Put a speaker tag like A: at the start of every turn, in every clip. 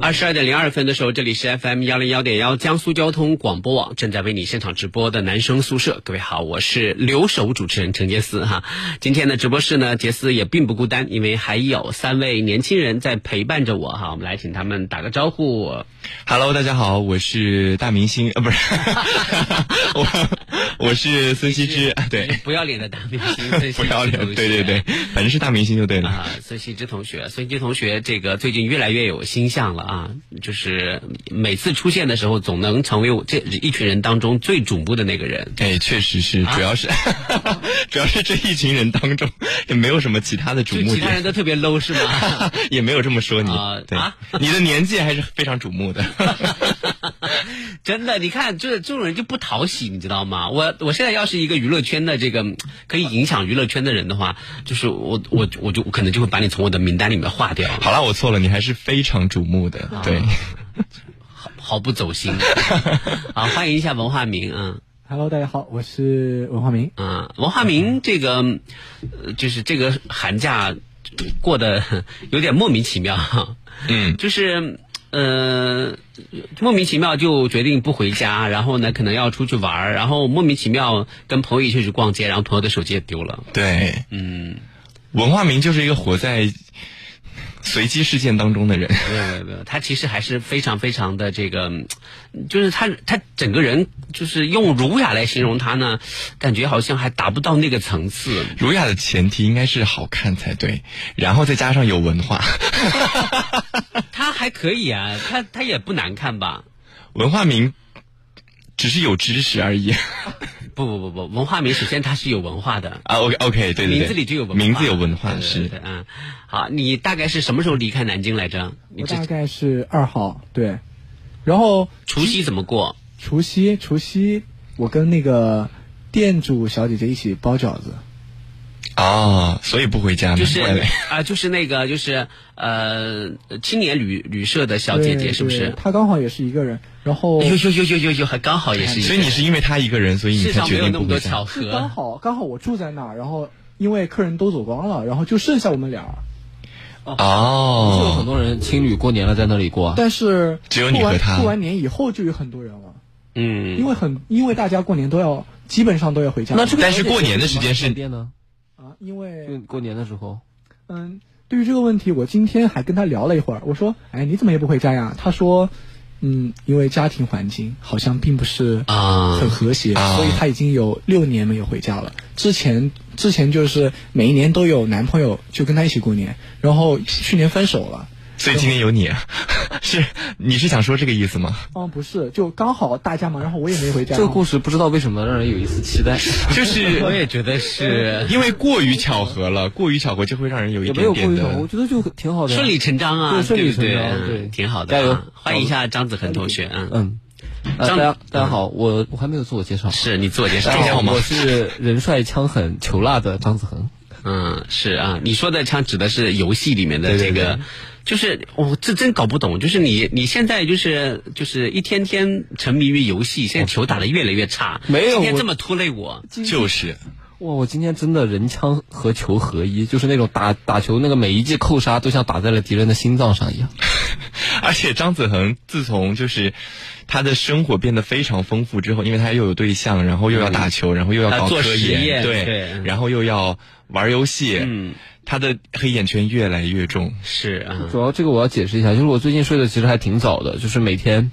A: 二十二点零二分的时候，这里是 FM 幺零幺点幺江苏交通广播网正在为你现场直播的男生宿舍。各位好，我是留守主持人陈杰斯哈。今天的直播室呢，杰斯也并不孤单，因为还有三位年轻人在陪伴着我哈。我们来请他们打个招呼。
B: Hello，大家好，我是大明星呃，不是，我我是孙羲之，对，
A: 不要脸的大明星，孙羲之
B: 不要脸，对对对， 反正是大明星就对了。
A: 啊，孙羲之同学，孙羲之同学，这个最近越来越有星象了。啊，就是每次出现的时候，总能成为我这一群人当中最瞩目的那个人。
B: 哎，确实是，主要是、啊、 主要是这一群人当中也没有什么其他的瞩目
A: 其他人都特别 low 是吗？
B: 也没有这么说你，啊、对、啊，你的年纪还是非常瞩目的。
A: 真的，你看这这种人就不讨喜，你知道吗？我我现在要是一个娱乐圈的这个可以影响娱乐圈的人的话，就是我我我就可能就会把你从我的名单里面划掉。
B: 好了，我错了，你还是非常瞩目的。
A: 啊
B: 对，
A: 毫毫不走心。啊，欢迎一下文化明啊
C: ！Hello，大家好，我是文化明。嗯
A: 啊，文化明这个，呃就是这个寒假过得有点莫名其妙。
B: 嗯，
A: 就是呃，莫名其妙就决定不回家，然后呢，可能要出去玩然后莫名其妙跟朋友一起去逛街，然后朋友的手机也丢了。
B: 对，
A: 嗯，
B: 文化明就是一个活在。随机事件当中的人，
A: 没有没有没有，他其实还是非常非常的这个，就是他他整个人就是用儒雅来形容他呢，感觉好像还达不到那个层次。
B: 儒雅的前提应该是好看才对，然后再加上有文化。
A: 他还可以啊，他他也不难看吧？
B: 文化名只是有知识而已。
A: 不不不不，文化名首先它是有文化的
B: 啊，OK OK，对对对，
A: 名字里就有文化，
B: 名字有文化
A: 是的啊。好，你大概是什么时候离开南京来着？
C: 我大概是二号对，然后
A: 除夕怎么过？
C: 除夕除夕，我跟那个店主小姐姐一起包饺子。
B: 哦，所以不回家
A: 就是 啊、呃，就是那个就是呃，青年旅旅社的小姐姐是不是？哎
C: 她刚好也是一个人，然后
A: 呦呦呦呦呦呦，还刚好也是一个
B: 人。所以你是因为她一个人，所以你才决定
A: 不回家。是
C: 刚好刚好我住在那儿，然后因为客人都走光了，然后就剩下我们俩。
B: 哦，
D: 就有很多人情侣过年了在那里过，啊
C: 但是
B: 只有你和他。
C: 过完年以后就有很多人了。
A: 嗯，
C: 因为很因为大家过年都要基本上都要回家。
A: 那这个
B: 但是过年的时间是。
C: 啊，因为
D: 过年的时候，
C: 嗯，对于这个问题，我今天还跟他聊了一会儿。我说：“哎，你怎么也不回家呀？”他说：“嗯，因为家庭环境好像并不是
A: 啊
C: 很和谐、
B: 啊，
C: 所以他已经有六年没有回家了。之前之前就是每一年都有男朋友就跟他一起过年，然后去年分手了，
B: 所以今年有你，是你是想说这个意思吗？
C: 哦、嗯，不是，就刚好大家嘛，然后我也没回家。
D: 这个故事不知道为什么让人有一丝期待。
B: 就是
A: 我也觉得 是
B: 因为过于巧合了，过于巧合就会让人有一点点
D: 的。我觉得就挺好的，
A: 顺理成章啊，
D: 顺理成
A: 章，
D: 对，
A: 挺好的、
D: 啊。加油！
A: 欢迎一下张子恒同学啊，
D: 嗯，呃、大家大家好，我我还没有自我介绍，
A: 是你自我介绍
B: 一下
A: 吗？
D: 我是人帅枪狠球辣的张子恒。
A: 嗯，是啊，你说的枪指的是游戏里面的这个。
B: 对对对
A: 就是我、哦、这真搞不懂，就是你你现在就是就是一天天沉迷于游戏，现在球打得越来越差，
D: 哦没有
A: 今天这么拖累我，
B: 就是。
D: 哇，我今天真的人枪和球合一，就是那种打打球那个每一记扣杀都像打在了敌人的心脏上一样。
B: 而且张子恒自从就是他的生活变得非常丰富之后，因为他又有对象，然后又要打
A: 嗯
B: 球，然后又要搞科
A: 研，
B: 对，
A: 对
B: 然后又要玩游戏，
A: 嗯。
B: 他的黑眼圈越来越重，
A: 是啊。
D: 主要这个我要解释一下，就是我最近睡的其实还挺早的，就是每天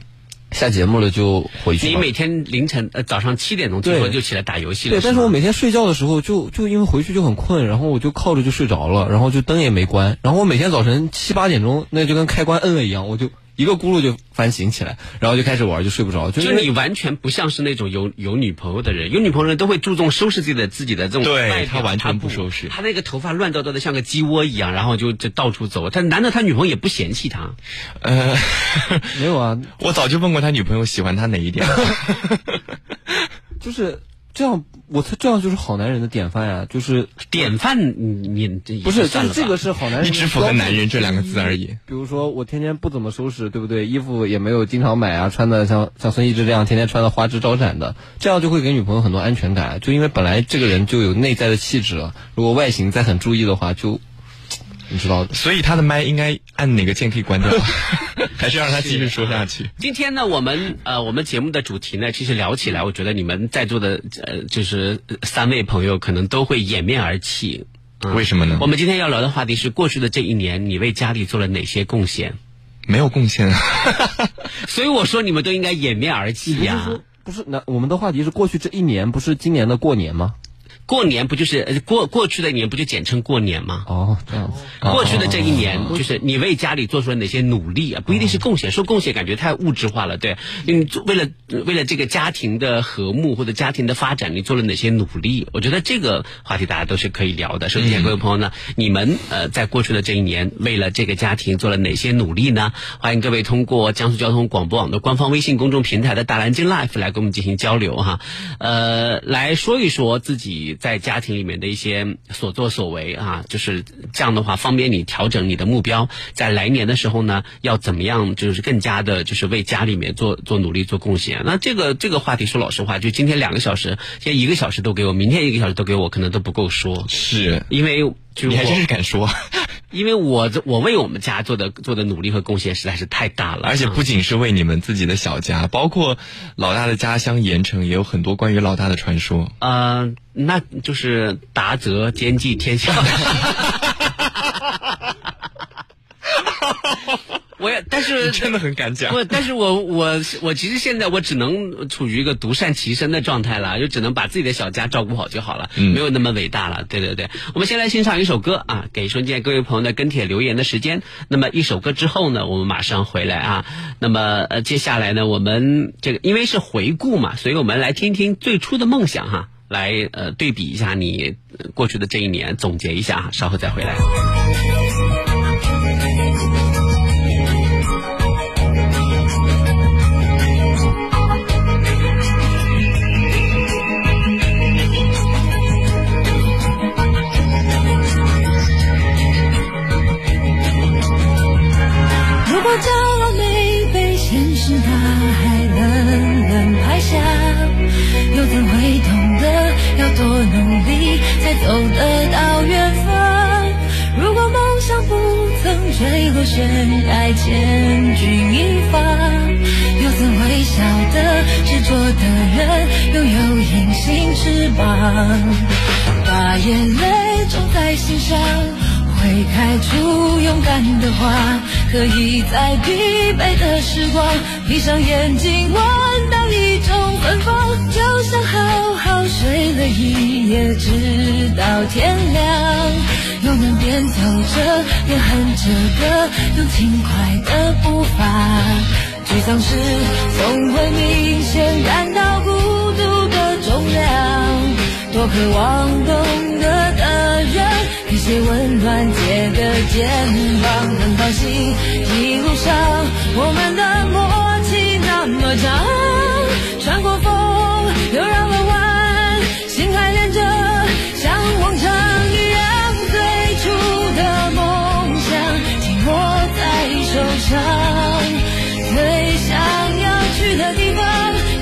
D: 下节目了就回去。
A: 你每天凌晨呃早上七点钟听说就起来打游戏
D: 了。对，但是我每天睡觉的时候就就因为回去就很困，然后我就靠着就睡着了，然后就灯也没关，然后我每天早晨七八点钟那就跟开关摁了一样，我就一个轱辘就翻醒起来，然后就开始玩，就睡不着。就
A: 就
D: 因为
A: 你完全不像是那种有有女朋友的人，有女朋友的人都会注重收拾自己的自己的这种
B: 对
A: 外表
B: 他完全
A: 不
B: 不收拾
A: 他那个头发乱糟糟的像个鸡窝一样，然后就就到处走。但难道他女朋友也不嫌弃他？
B: 呃，
D: 没有啊，
B: 我早就问过他女朋友喜欢他哪一点，
D: 就是这样，我他这样就是好男人的典范呀、就是
A: 典范你你这也
D: 不是，就
A: 算
D: 是
A: 了吧
D: 这个是好男人，
B: 你只符合男人这两个字而已。
D: 比如说，我天天不怎么收拾，对不对？衣服也没有经常买啊，穿的像像孙艺志这样，天天穿的花枝招展的，这样就会给女朋友很多安全感。就因为本来这个人就有内在的气质了，如果外形再很注意的话，就你知道的。
B: 所以他的麦应该按哪个键可以关 掉，还是让他继续说下去？
A: 今天呢，我们呃，我们节目的主题呢，其实聊起来，我觉得你们在座的呃，就是呃三位朋友可能都会掩面而泣。嗯
B: 为什么呢
A: 我？们今天要聊的话题是过去的这一年，你为家里做了哪些贡献？
B: 没有贡 献啊。
A: 所以我说你们都应该掩面而啊泣呀、
D: 不是，那我们的话题是过去这一年，不是今年的过年吗？
A: 过年不就是呃过过去的年不就简称过年吗？
D: 哦，这样子。
A: 过去的这一年，就是你为家里做出了哪些努力啊？不一定是贡献，说贡献感觉太物质化了，对。你做为了为了这个家庭的和睦或者家庭的发展，你做了哪些努力？我觉得这个话题大家都是可以聊的。收听前各位朋友呢，你们呃在过去的这一年，为了这个家庭做了哪些努力呢？欢迎各位通过江苏交通广播网的官方微信公众平台的大蓝鲸 Life 来跟我们进行交流哈。呃，来说一说自己在家庭里面的一些所作所为啊，就是这样的话，方便你调整你的目标，在来年的时候呢，要怎么样，就是更加的，就是为家里面做做努力、做贡献。那这个这个话题，说老实话，就今天两个小时，现在一个小时都给我，明天一个小时都给我，可能都不够说，
B: 是，
A: 因为就
B: 你还
A: 我
B: 真是敢说，啊
A: 因为我这我为我们家做的做的努力和贡献实在是太大了，
B: 而且不仅是为你们自己的小家，包括老大的家乡盐城，也有很多关于老大的传说。
A: 呃，那就是达则兼济天下。 我也，但是
B: 你真的很敢讲
A: 不，但是我我我其实现在我只能处于一个独善其身的状态了，就只能把自己的小家照顾好就好了，没有那么伟大了。对对对，我们先来欣赏一首歌啊，给瞬间各位朋友的跟帖留言的时间。那么一首歌之后呢，我们马上回来啊。那么呃，接下来呢，我们这个因为是回顾嘛，所以我们来听听最初的梦想哈、来呃对比一下你呃过去的这一年，总结一下啊，稍后再回来。
E: 如果角落里被现实大海冷冷拍下，又怎会懂得要多努力才走得到远方？如果梦想不曾坠落悬崖千钧一发，又怎会晓得执着的人拥有隐形翅膀？把眼泪种在心上，会开出勇敢的花。可以在疲惫的时光，闭上眼睛闻到一种芬芳，就像好好睡了一夜，直到天亮。又能边走着边哼着歌，用轻快的步伐。沮丧时，总会明显感到孤独的重量。多渴望懂得的人，给些温暖借个肩膀，很放心。一路上，我们的默契那么长，穿过风，又绕了弯，心还连着，像往常一样，最初的梦想紧握在手上。最想要去的地方，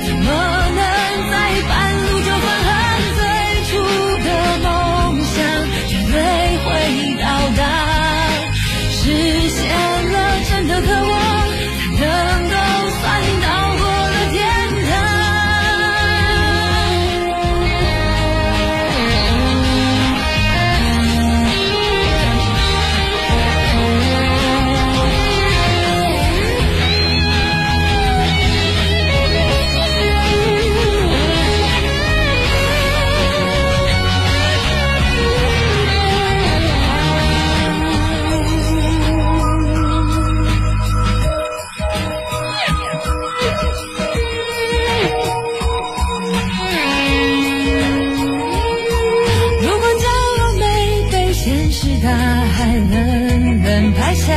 E: 怎么能在半路就返航？最初的梦想绝对会到达，实现了真的渴望，才能够拍下，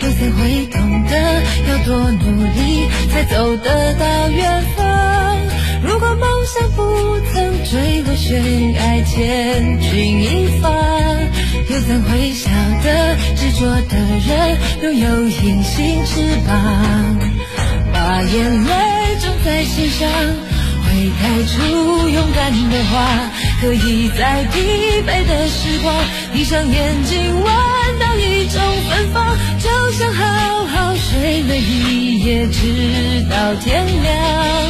E: 又怎会懂得要多努力才走得到远方？如果梦想不曾坠落悬崖，千钧一发，又怎会晓得执着的人拥有隐形翅膀？把眼泪种在心上，会开出勇敢的花。可以在疲惫的时光，闭上眼睛闻到一种芬芳，就像好好睡了一夜，直到天亮。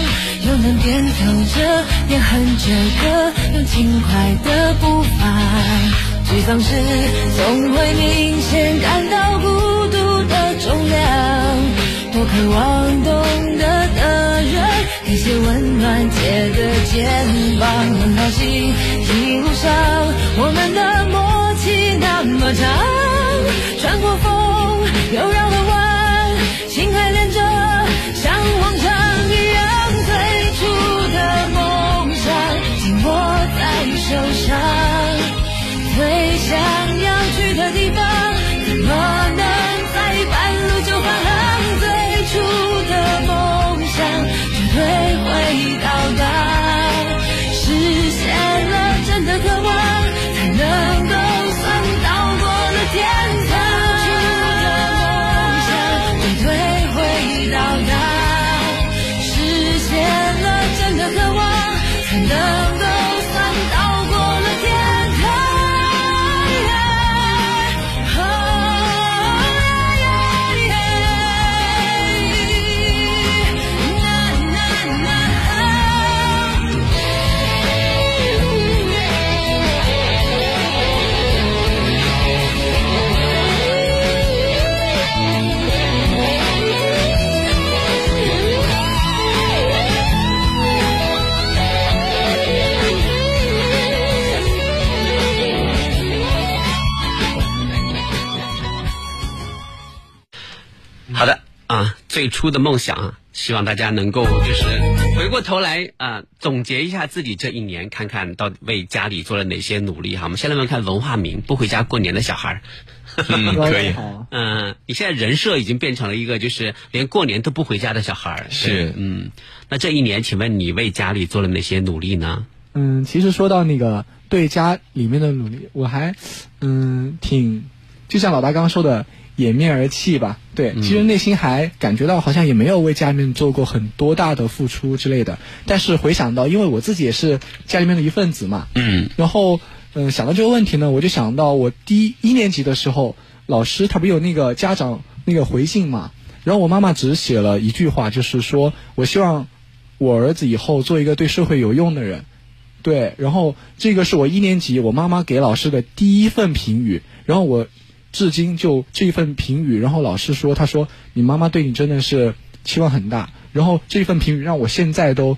E: 又能边走着边哼着歌，用轻快的步伐。沮丧时，总会明显感到孤独的重量。多渴望懂得的人，给些温暖，借个肩膀。很高兴一路上我们的默契那么长，穿过风又绕了弯，心还连着，像往常一样。最初的梦想紧握在手上。最想要去的地方，怎么能在半路就返航？最初的梦想绝对会到达，实现了真的渴望，才能够算到过了天堂。最初的梦想绝对会到达，实现了真的渴望，才能够算到过了天堂。
A: 好的啊，最初的梦想啊，希望大家能够就是回过头来啊，总结一下自己这一年，看看到底为家里做了哪些努力哈。我们先来问看文化明不回家过年的小孩儿，
B: 嗯，可以。
C: 好，
A: 嗯、你现在人设已经变成了一个就是连过年都不回家的小孩儿。
B: 是
A: 对嗯，那这一年，请问你为家里做了哪些努力呢？
C: 嗯，其实说到那个对家里面的努力，我还嗯挺，就像老大刚刚说的。掩面而泣吧，对，其实内心还感觉到好像也没有为家里面做过很多大的付出之类的，但是回想到，因为我自己也是家里面的一份子嘛，
A: 嗯
C: 然后，嗯，想到这个问题呢，我就想到我低一年级的时候，老师他不是有那个家长那个回信嘛，然后我妈妈只写了一句话，就是说我希望我儿子以后做一个对社会有用的人。对，然后这个是我一年级我妈妈给老师的第一份评语，然后我至今就这份评语，然后老师说，他说你妈妈对你真的是期望很大，然后这份评语让我现在都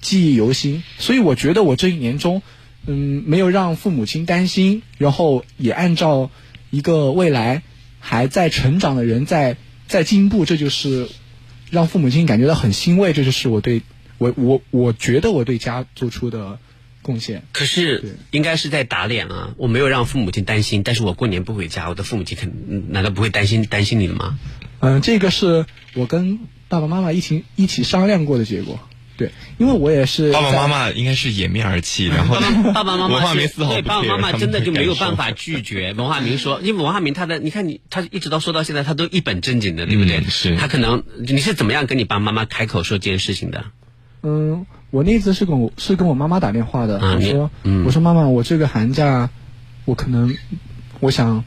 C: 记忆犹新，所以我觉得我这一年中，嗯，没有让父母亲担心，然后也按照一个未来还在成长的人在在进步，这就是让父母亲感觉到很欣慰，这就是我对我我我觉得我对家做出的贡献。
A: 可
C: 对
A: 是应该是在打脸啊！我没有让父母亲担心，但是我过年不回家，我的父母亲肯嗯难道不会担心担心你的吗？
C: 嗯，这个是我跟爸爸妈妈一起一起商量过的结果。对，因为我也是
B: 爸爸
C: 在
B: 妈妈应该是掩面而泣，然后
A: 爸爸妈
B: 文化
A: 妈
B: 明
A: 是
B: 丝毫
A: 对
B: 不
A: 爸爸
B: care
A: 妈妈
B: 他们
A: 真的
B: 的
A: 就没有
B: 感
A: 办
B: 受
A: 法拒绝文化明说，因为文化明他的，你看你他一直到说到现在，他都一本正经的，对不对？
B: 嗯是
A: 他可能你是怎么样跟你爸爸妈妈开口说这件事情的？
C: 嗯，我那次是跟我是跟我妈妈打电话的，
A: 啊
C: 我
A: 你
C: 说、
A: 嗯
C: 我说妈妈，我这个寒假我可能我想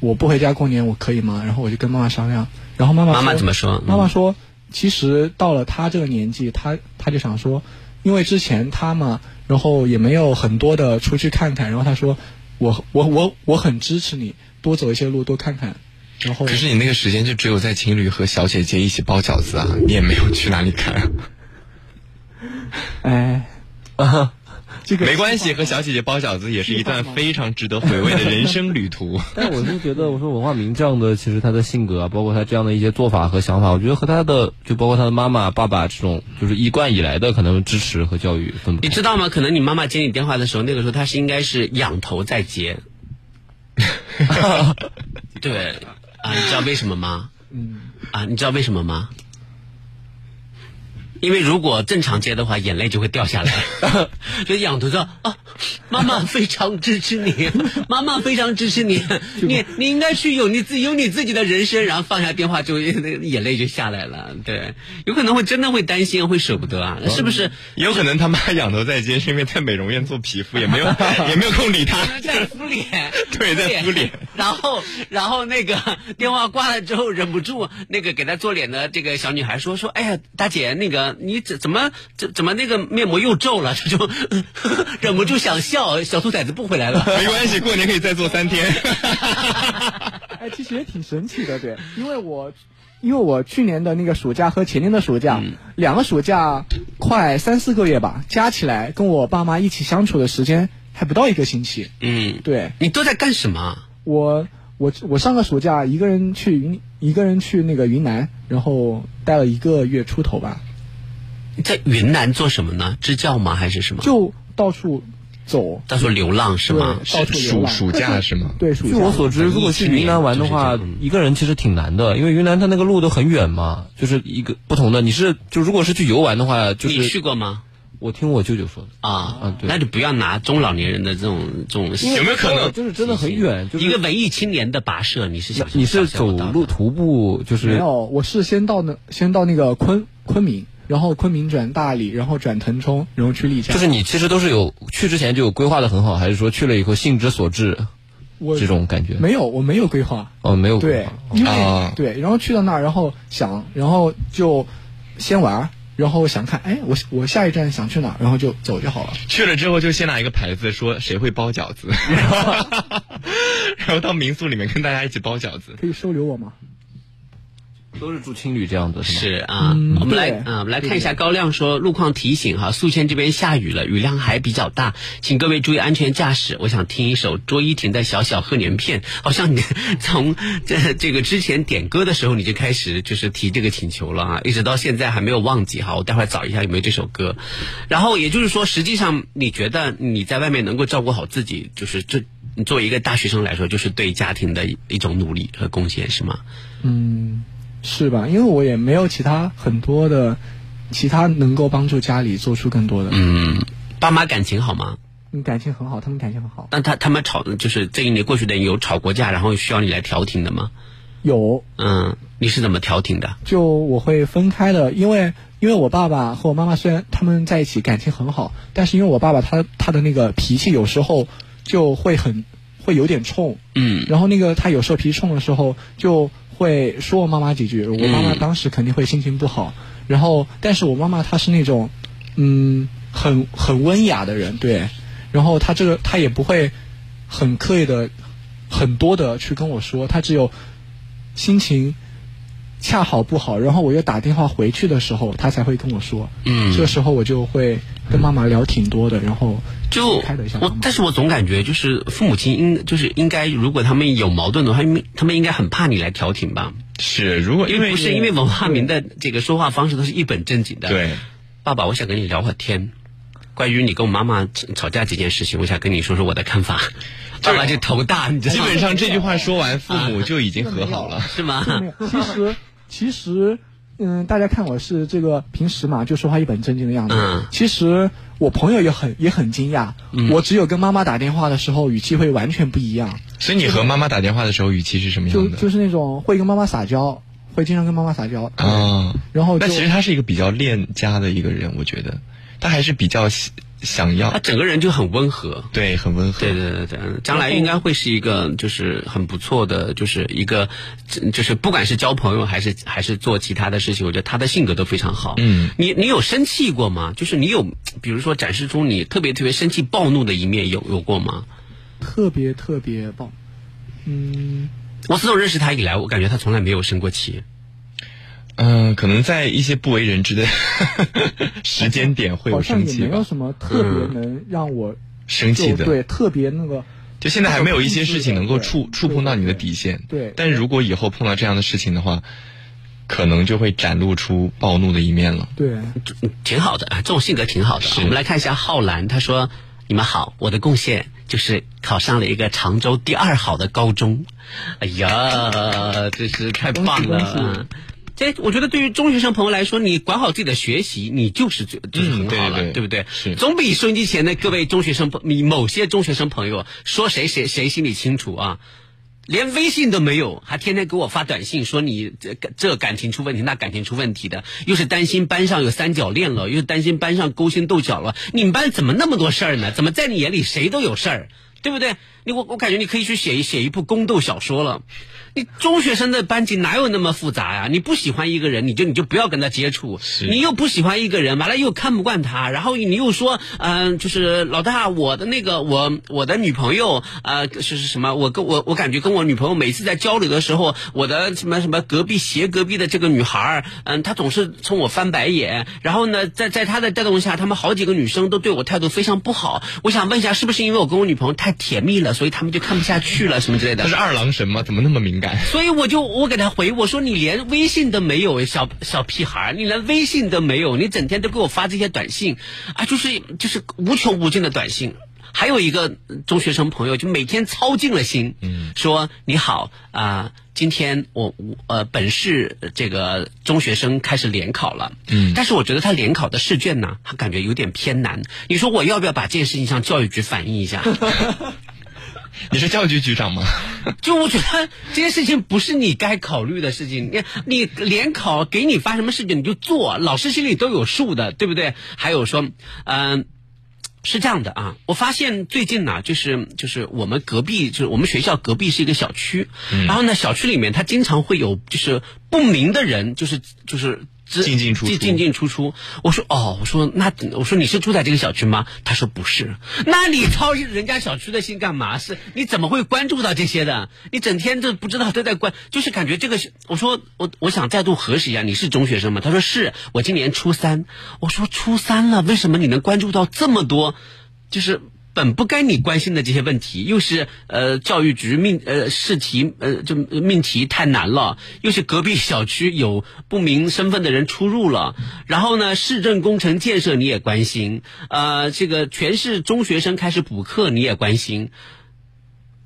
C: 我不回家过年，我可以吗？然后我就跟妈妈商量，然后妈妈
A: 妈妈
C: 说
A: 怎么说？嗯
C: 妈妈说，其实到了她这个年纪，她她就想说，因为之前她嘛，然后也没有很多的出去看看，然后她说，我我我我很支持你，多走一些路，多看看，然后
B: 可是你那个时间就只有在情侣和小姐姐一起包饺子啊，你也没有去哪里看、啊
C: 哎，这个
B: 没关系，和小姐姐包饺子也是一段非常值得回味的人生旅 途。
D: 但我就觉得，我说文化明这样的，其实他的性格啊，包括他这样的一些做法和想法，我觉得和他的，就包括他的妈妈、爸爸这种，就是一贯以来的可能支持和教育分不
A: 你
D: 开。
A: 知道吗？可能你妈妈接你电话的时候，那个时候她是应该是仰头在接，对啊，你知道为什么吗？嗯啊，你知道为什么吗？因为如果正常接的话，眼泪就会掉下来，就仰头说啊，妈妈非常支持你，妈妈非常支持你，你你应该去有你自己有你自己的人生，然后放下电话就眼泪就下来了，对，有可能会真的会担心，会舍不得啊，是不是？
B: 也有可能他妈仰头在接，是因为在美容院做皮肤，也 没有也没有空理他。，
A: 在敷脸
B: 对在敷脸。
A: 然后，然后那个 电话挂了之后，忍不住那个给他做脸的这个小女孩说说：“哎呀，大姐，那个你怎怎么怎怎么那个面膜又皱了？”这就 忍不住想笑，小兔崽子不回来了。
B: 没关系，过年可以再做三 天。
C: 哎，其实也挺神奇的，对，因为我因为我去年的那个暑假和前年的暑假，
B: 嗯
C: 两个暑假快三四个月吧，加起来跟我爸妈一起相处的时间还不到一个星期。
A: 嗯，
C: 对
A: 你都在干什么？
C: 我，我我上个暑假一个人去云，一个人去那个云南，然后待了一个月出头吧，
A: 你在云南做什么呢？支教吗？还是什么？
C: 就到处走，
A: 到处流浪是
C: 对，
A: 吗？
C: 到处流
B: 暑
C: 浪。
B: 暑假是吗？
C: 对，暑
D: 据
C: 假
D: 我所知，如果去云南玩的话，一个人其实挺难的，因为云南它那个路都很远嘛，就是一个不同的。你是就如果是去游玩的话，就
A: 你去
D: 是
A: 过吗？
D: 我听我舅舅说的，
A: 啊
D: 啊对
A: 那就不要拿中老年人的这种这种
B: 有没有可能
D: 就是真的很远，就是
A: 一个文艺青年的跋涉，你是想
D: 你是走路徒步，就
C: 没
D: 是
C: 有，我是先到那，先到那个昆昆明，然后昆明转大理，然后转腾冲，然后去丽江。
D: 就是你其实都是有去之前就有规划的很好，还是说去了以后兴之所至
C: 我
D: 这种感觉？
C: 没有，我没有规划。
D: 哦，没有规
C: 对
D: 划，
C: 因为、
B: 啊
C: 对，然后去到那儿，然后想，然后就先玩儿，然后想看，哎，我我下一站想去哪儿，然后就走就好了。
B: 去了之后就先拿一个牌子说谁会包饺 子，然后然后到民宿里面跟大家一起包饺子。
C: 可以收留我吗？
D: 都是住青旅这样子是吗？
A: 是啊，
C: 嗯
A: 我们来
C: 对
A: 啊，我们来看一下高亮说路况提醒哈，宿迁这边下雨了，雨量还比较大，请各位注意安全驾驶。我想听一首卓依婷的《小小贺年片》，好像你 从这这个之前点歌的时候你就开始就是提这个请求了啊，一直到现在还没有忘记哈，我待会儿找一下有没有这首歌。然后也就是说，实际上你觉得你在外面能够照顾好自己，就是这你作为一个大学生来说，就是对家庭的一一种努力和贡献是吗？
C: 嗯，是吧？因为我也没有其他很多的，其他能够帮助家里做出更多的。
A: 嗯，爸妈感情好吗？
C: 嗯，感情很好，他们感情很好。
A: 那他他们吵，就是这一年过去的有吵过架，然后需要你来调停的吗？
C: 有
A: 嗯，你是怎么调停的？
C: 就我会分开的，因为因为我爸爸和我妈妈虽然他们在一起感情很好，但是因为我爸爸他他的那个脾气有时候就会很会有点冲，
A: 嗯
C: 然后那个他有时候脾气冲的时候就会说我妈妈几
A: 嗯
C: 句，我妈妈当时肯定会心情不好，然后但是我妈妈她是那种嗯很很温雅的人，对，然后她这个她也不会很刻意的很多的去跟我说，她只有心情。恰好不好，然后我又打电话回去的时候，她才会跟我说。
A: 嗯
C: 这个时候我就会跟妈妈聊挺多的，然后
A: 就
C: 开导一下妈
A: 我
C: 妈，。
A: 但是我总感觉就是父母亲应就是应该，如果他们有矛盾的话，他们他们应该很怕你来调停吧？
B: 是，如果因为
A: 不是因为王化民的这个说话方式都是一本正经的。，
B: 对，
A: 爸爸，我想跟你聊会儿天。关于你跟我妈妈吵吵架这件事情，我想跟你说说我的看法。爸爸就头大，你知道
B: 基
A: 吗？
B: 本上这句话说完，父母就已经和好了。
A: 是吗？
C: 没有，其实其实，嗯，大家看我是这个平时嘛，就说话一本正经的样子。
A: 嗯
C: 其实我朋友也很也很惊讶，
B: 嗯
C: 我只有跟妈妈打电话的时候语气会完全不一样，
B: 所以你和妈妈打电话的时候语气是什么
C: 就
B: 样的？
C: 就是那种会跟妈妈撒娇，会经常跟妈妈撒娇。
B: 啊，
C: 然哦后就
B: 那其实他是一个比较恋家的一个人，我觉得他还是比较喜想
A: 他
C: 啊
B: 要
A: 整个人就很温和。
B: 对很温和。
A: 对对对对，嗯将来应该会是一个就是很不错的，就是一个嗯就是不管是交朋友还是还是做其他的事情，我觉得他的性格都非常好。
B: 嗯，
A: 你你有生气过吗？就是你有比如说展示出你特别特别生气暴怒的一面有有过吗？
C: 特别特别棒。嗯，
A: 我自从认识他以来，我感觉他从来没有生过气。
B: 嗯、可能在一些不为人知的 时间点会有
C: 好像
B: 生
C: 也
B: 气
C: 没有
B: 吧，嗯
C: 什么特别能让我
B: 生气
C: 就
B: 的。
C: 对特别那个。
B: 就现在还没有一些事情能够
C: 对
B: 触触碰到你的底线。
C: 对
B: 但如果以后碰到这样的事情的话，可能就会展露出暴怒的一面了。
C: 对，
A: 挺好的，这种性格挺好的。
B: 是
A: 我们来看一下浩然，他说：“你们好，我的贡献就是考上了一个常州第二好的高中。哎呀，真是太棒了！这我觉得对于中学生朋友来说，你管好自己的学习，你就是最就是很好了，
B: 嗯对对对
A: 不对？
B: 是
A: 总比收音机前的各位中学生朋，你某些中学生朋友说谁谁谁心里清楚啊。连微信都没有，还天天给我发短信说你这这感情出问题，那感情出问题的，又是担心班上有三角恋了，又是担心班上勾心斗角了。你们班怎么那么多事儿呢？怎么在你眼里谁都有事儿，对不对？你我我感觉你可以去写一写一部宫斗小说了。你中学生的班级哪有那么复杂呀、你不喜欢一个人，你就你就不要跟他接触。你又不喜欢一个人，完了又看不惯他，然后你又说，嗯、就是老大，我的那个我我的女朋友，呃，是是什么？我跟我我感觉跟我女朋友每次在交流的时候，我的什么什么隔壁斜隔壁的这个女孩儿，嗯、她总是冲我翻白眼，然后呢，在在她的带动下，她们好几个女生都对我态度非常不好。我想问一下，是不是因为我跟我女朋友太甜蜜了，所以她们就看不下去了，什么之类的
B: 他？是二郎神吗？怎么那么敏感？
A: 所以我就我给他回我说你连微信都没有，小小屁孩儿，你连微信都没有，你整天都给我发这些短信，啊，就是就是无穷无尽的短信。还有一个中学生朋友，就每天操尽了心，嗯，说你好啊、今天我我呃本市这个中学生开始联考了，嗯，但是我觉得他联考的试卷呢，他感觉有点偏难。你说我要不要把这件事情向教育局反映一下？
B: 你是教育局局长吗？
A: 就我觉得这件事情不是你该考虑的事情，你你联考给你发什么事情你就做，老师心里都有数的，对不对？还有说，嗯、是这样的啊，我发现最近呢、就是就是我们隔壁，就是我们学校隔壁是一个小区，
B: 嗯
A: 然后呢，小区里面它经常会有就是不明的人，就是就是只
B: 进进出出
A: 进进进出出。我说哦，我说那我说你是住在这个小区吗？他说不是。那你操人家小区的心干嘛？是你怎么会关注到这些的？你整天都不知道都在关，就是感觉这个是。我说我我想再度核实一下，你是中学生吗？他说是，我今年初三。我说初三了，为什么你能关注到这么多？就是本不该你关心的这些问题，又是呃教育局命呃试题呃就命题太难了，又是隔壁小区有不明身份的人出入了，然后呢市政工程建设你也关心，呃这个全市中学生开始补课你也关心，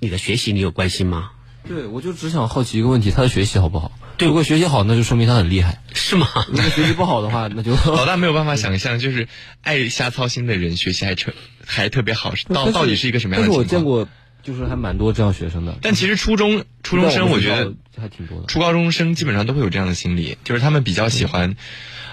A: 你的学习你有关心吗？
D: 对，我就只想好奇一个问题，他的学习好不好？如果学习好，那就说明他很厉害；
A: 是吗？
D: 如果学习不 好的话，那就
B: 老大没有办法想象，就是爱瞎操心的人学习还成还特别 好，到到底是一个什么样的
D: 但是
B: 情况？
D: 我见过，就是还蛮多这样学生的。
B: 但其实初中初中生，我觉得
D: 还挺多的。
B: 初高中生基本上都会有这样的心理，就是他们比较喜欢，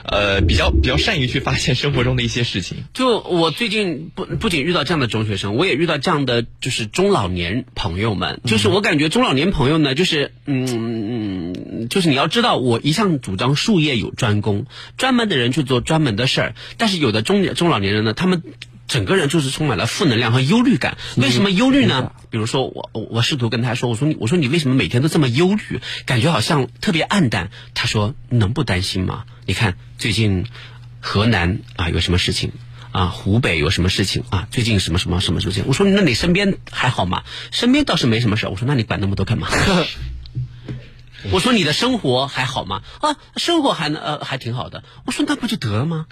B: 呃，比较比较善于去发现生活中的一些事情。
A: 就我最近不不仅遇到这样的中学生，我也遇到这样的就是中老年朋友们。就是我感觉中老年朋友呢，就是嗯嗯，就是你要知道，我一向主张术业有专攻，专门的人去做专门的事儿。但是有的中年中老年人呢，他们整个人就是充满了负能量和忧虑感。为什么忧虑呢？比如说我我我试图跟他说，我说你我说你为什么每天都这么忧虑，感觉好像特别暗淡。他说能不担心吗？你看最近河南啊有什么事情？啊，湖北有什么事情啊？最近什么什么什么事情？我说那你身边还好吗？身边倒是没什么事儿。我说那你管那么多干嘛？我说你的生活还好吗？啊，生活还能呃还挺好的。我说那不就得了吗？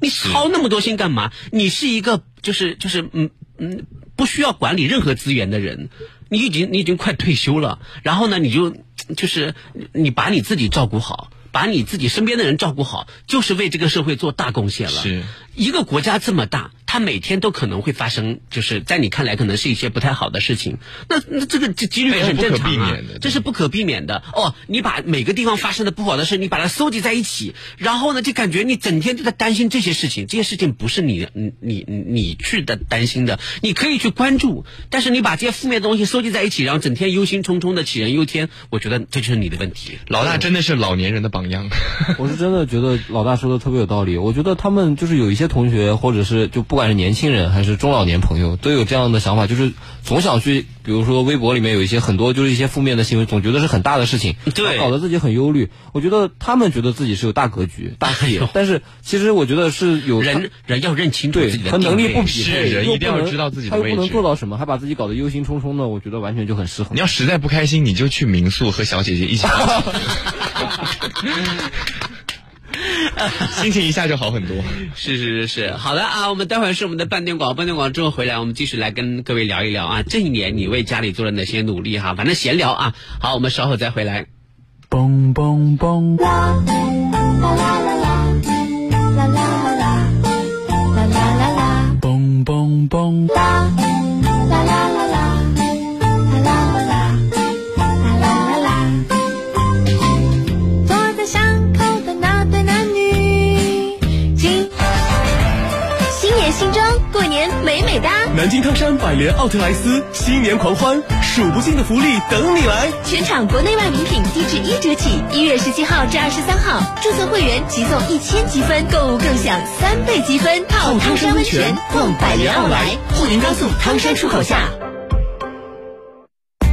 A: 你操那么多心干嘛？你是一个就是就是嗯嗯不需要管理任何资源的人，你已经你已经快退休了，然后呢你就就是你把你自己照顾好。把你自己身边的人照顾好，就是为这个社会做大贡献了。
B: 是，
A: 一个国家这么大，它每天都可能会发生，就是在你看来可能是一些不太好的事情。那那这个这几率也很正常
B: 不可避
A: 啊
B: 免的，
A: 这是不可避免的。哦，你把每个地方发生的不好的事，你把它搜集在一起，然后呢，就感觉你整天就在担心这些事情。这些事情不是你你你你去的担心的，你可以去关注，但是你把这些负面东西搜集在一起，然后整天忧心忡忡的杞人忧天，我觉得这就是你的问题。
B: 老大真的是老年人的榜 样，
D: 我是真的觉得老大说的特别有道理。我觉得他们就是有一些同学，或者是就不管是年轻人还是中老年朋友，都有这样的想法，就是总想去，比如说微博里面有一些很多就是一些负面的新闻，总觉得是很大的事情，
A: 对
D: 然后搞得自己很忧虑。我觉得他们觉得自己是有大格局、大视野，但是其实我觉得是有
A: 人人要认清楚
D: 对
A: 自己的
D: 和能力
A: 定
D: 不
A: 位
D: 匹
B: 是
D: 配，
B: 人
D: 又
B: 一定要
D: 不能
B: 知道自己的
D: 他又
B: 位
D: 不能
B: 置
D: 做到什么，还把自己搞得忧心忡忡的，我觉得完全就很失衡
B: 你。要实在不开心， 你就去民宿和小姐姐一起。
F: 心情一下就好很多。
A: 是是是是，好的啊，我们待会儿是我们的半点广，半点广之后回来，我们继续来跟各位聊一聊啊，这一年你为家里做了哪些努力哈、反正闲聊啊。好，我们稍后再回来。
G: 嘣嘣嘣！嘣嘣嘣！
E: 躲在巷口的那对男女，今新年新装，过年美美哒！
B: 南京汤山百联奥特莱斯新年狂欢，数不尽的福利等你来！
E: 全场国内外名品低至一折起，一月十七号至二十三号，注册会员即送一千积分，购物更享三倍积分。泡汤山温泉，逛百联奥莱，沪宁高速汤山出口下。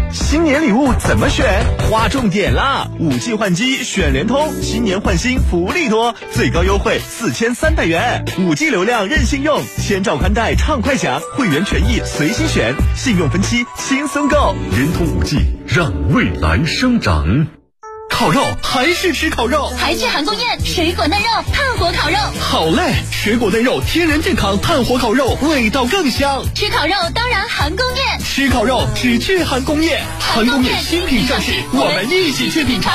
B: 新年礼物怎么选？划重点啦！五 G 换机选联通，新年换新福利多，最高优惠四千三百元。五 G 流量任性用，千兆宽带畅快享，会员权益随心选，信用分期轻松购。
G: 联通五 G 让未来生长。
B: 烤肉还是吃烤肉，
H: 还是韩宫宴、水果嫩肉、炭火烤肉。
B: 好嘞！水果嫩肉天然健康，炭火烤肉味道更香。
H: 吃烤肉当然韩宫宴，
B: 吃烤肉只去韩工业，韩工业新品上市，我们一起去品尝。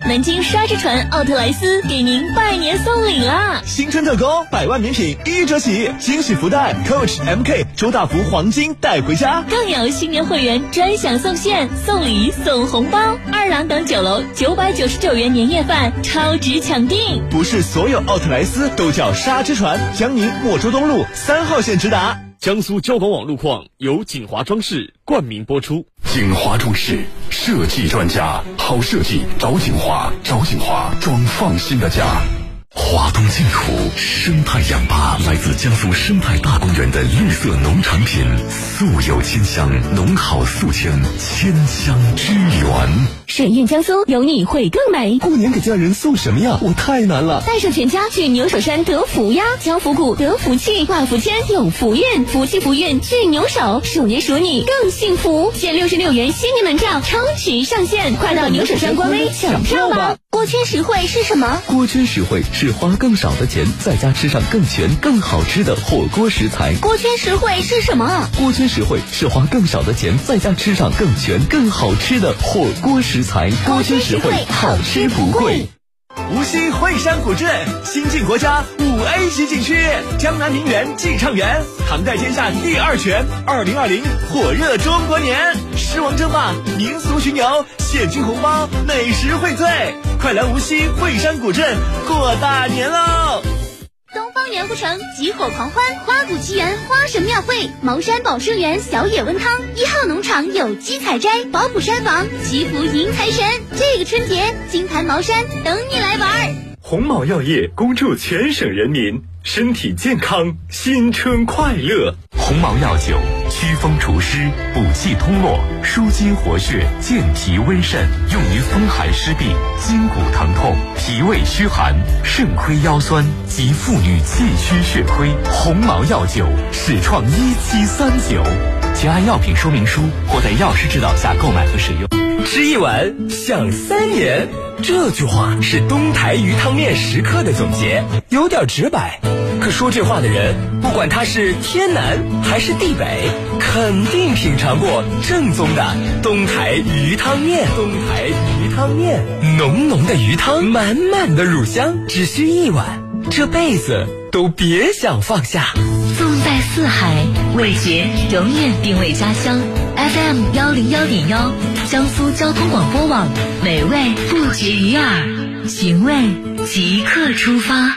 H: 南京沙之船奥特莱斯给您拜年送礼啦！
B: 新春特供，百万名品一折起，惊喜福袋，Coach MK 周大福黄金带回家。
H: 更有新年会员专享送现、送礼、送红包，二郎港酒楼九百九十九元年夜饭超值抢订。
B: 不是所有奥特莱斯都叫沙之船，江宁莫州东路三号线直达。
I: 江苏交管网路况由锦华装饰冠名播出。
G: 锦华装饰设计专家，好设计找锦华，找锦华装放心的家。华东净土生态氧吧来自江苏生态大公园的绿色农产品，素有千香，农好宿迁，千香之源。
H: 水印江苏，有你会更美。
B: 过年给家人送什么呀？我太难了。
H: 带上全家去牛首山得福呀，交福谷得福气，万福签有福运，福气福运去牛首，鼠年鼠你更幸福。限六十六元新年门票，超值上限，快到牛首山官微抢票吧！锅圈实惠是什么？
G: 锅圈实惠是花更少的钱，在家吃上更全、更好吃的火锅食材。
H: 锅圈实惠是什么？
G: 锅圈实惠是花更少的钱，在家吃上更全、更好吃的火锅食材。锅圈实惠，好吃不贵。
B: 无锡惠山古镇新晋国家五 A 级景区，江南名园纪畅园，唐代天下第二泉。二零二零火热中国年，狮王争霸，民俗巡游，现金红包，美食荟萃，快来无锡惠山古镇过大年喽！
H: 东方圆湖城集火狂欢，花鼓奇缘花神庙会，茅山宝生园小野温汤，一号农场有机采摘，宝普山房祈福迎财神。这个春节，金坛茅山等你来玩儿。
B: 鸿茅药业恭祝全省人民身体健康，新春快乐！
G: 鸿茅药酒，祛风除湿，补气通络，舒筋活血，健脾温肾，用于风寒湿痹、筋骨疼痛、脾胃虚寒、肾亏腰酸及妇女气虚血亏。鸿茅药酒始创一七三九，请按药品说明书或在药师指导下购买和使用。
B: 吃一碗享三年，这句话是东台鱼汤面食客的总结，有点直白。可说这话的人，不管他是天南还是地北，肯定品尝过正宗的东台鱼汤面。东台鱼汤面，浓浓的鱼汤，满满的乳香，只需一碗，这辈子都别想放下。
H: 纵在四海，味觉永远定位家乡。FM 幺零幺点幺，江苏交通广播网，美味不绝于耳，寻味即刻出发。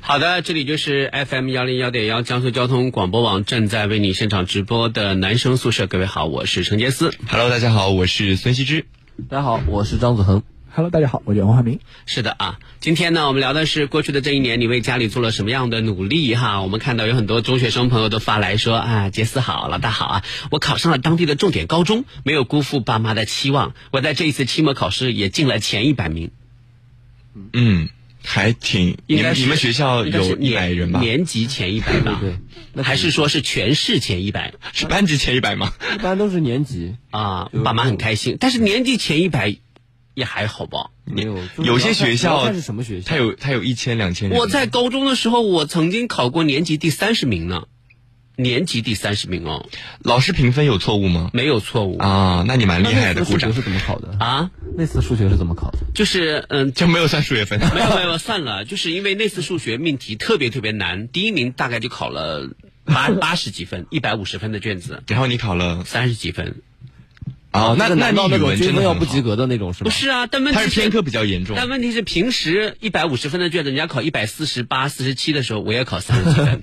A: 好的，这里就是 FM 幺零幺点幺江苏交通广播网正在为你现场直播的男生宿舍。各位好，我是陈杰斯。
F: Hello，大家好，我是孙羲之。
D: 大家好，我是张子恒。
C: Hello，大家好，我叫王华明。
A: 是的啊，今天呢，我们聊的是过去的这一年，你为家里做了什么样的努力哈？我们看到有很多中学生朋友都发来说啊，杰斯好，老大好啊，我考上了当地的重点高中，没有辜负爸妈的期望，我在这一次期末考试也进了前一百名。
B: 嗯，还挺，你
A: 应该
B: 们
A: 是
B: 你们学校
A: 应该是
B: 有一百
A: 年
B: 人吧？
A: 年级前一百吧？对，还是说是全市前一百？
B: 是班级前一百吗？
D: 一般都是年级
A: 啊，爸妈很开心，但是年级前一百也还好吧？
D: 没有，
B: 有些学校
D: 看是什么学校，
B: 它有它有一千两千人。
A: 我在高中的时候，我曾经考过年级第三十名呢，年级第三十名哦，
B: 老师评分有错误吗？
A: 没有错误
B: 啊，那你蛮厉害的，
D: 那那次
B: 鼓掌
D: 数学。是怎么考的？
A: 啊，
D: 那次数学是怎么考的？
A: 就是嗯，
B: 就没有算数学分，
A: 没有没有算了，就是因为那次数学命题特别特别难，第一名大概就考了 八八十几分，一百五十分的卷子，
B: 然后你考了
A: 三十几分，
B: 哦，那
D: 这
B: 那
D: 难道
B: 你
D: 那
B: 语
D: 种
B: 文
D: 均
B: 真的
D: 分要
B: 很
D: 不
B: 好
D: 及格的那种是
A: 不
D: 吗？
A: 是啊？ 但问题
B: 它是偏科比较严重。
A: 但问题是平时一百五十分的卷子，人家考一百四十八、四十七的时候，我也考三十几分，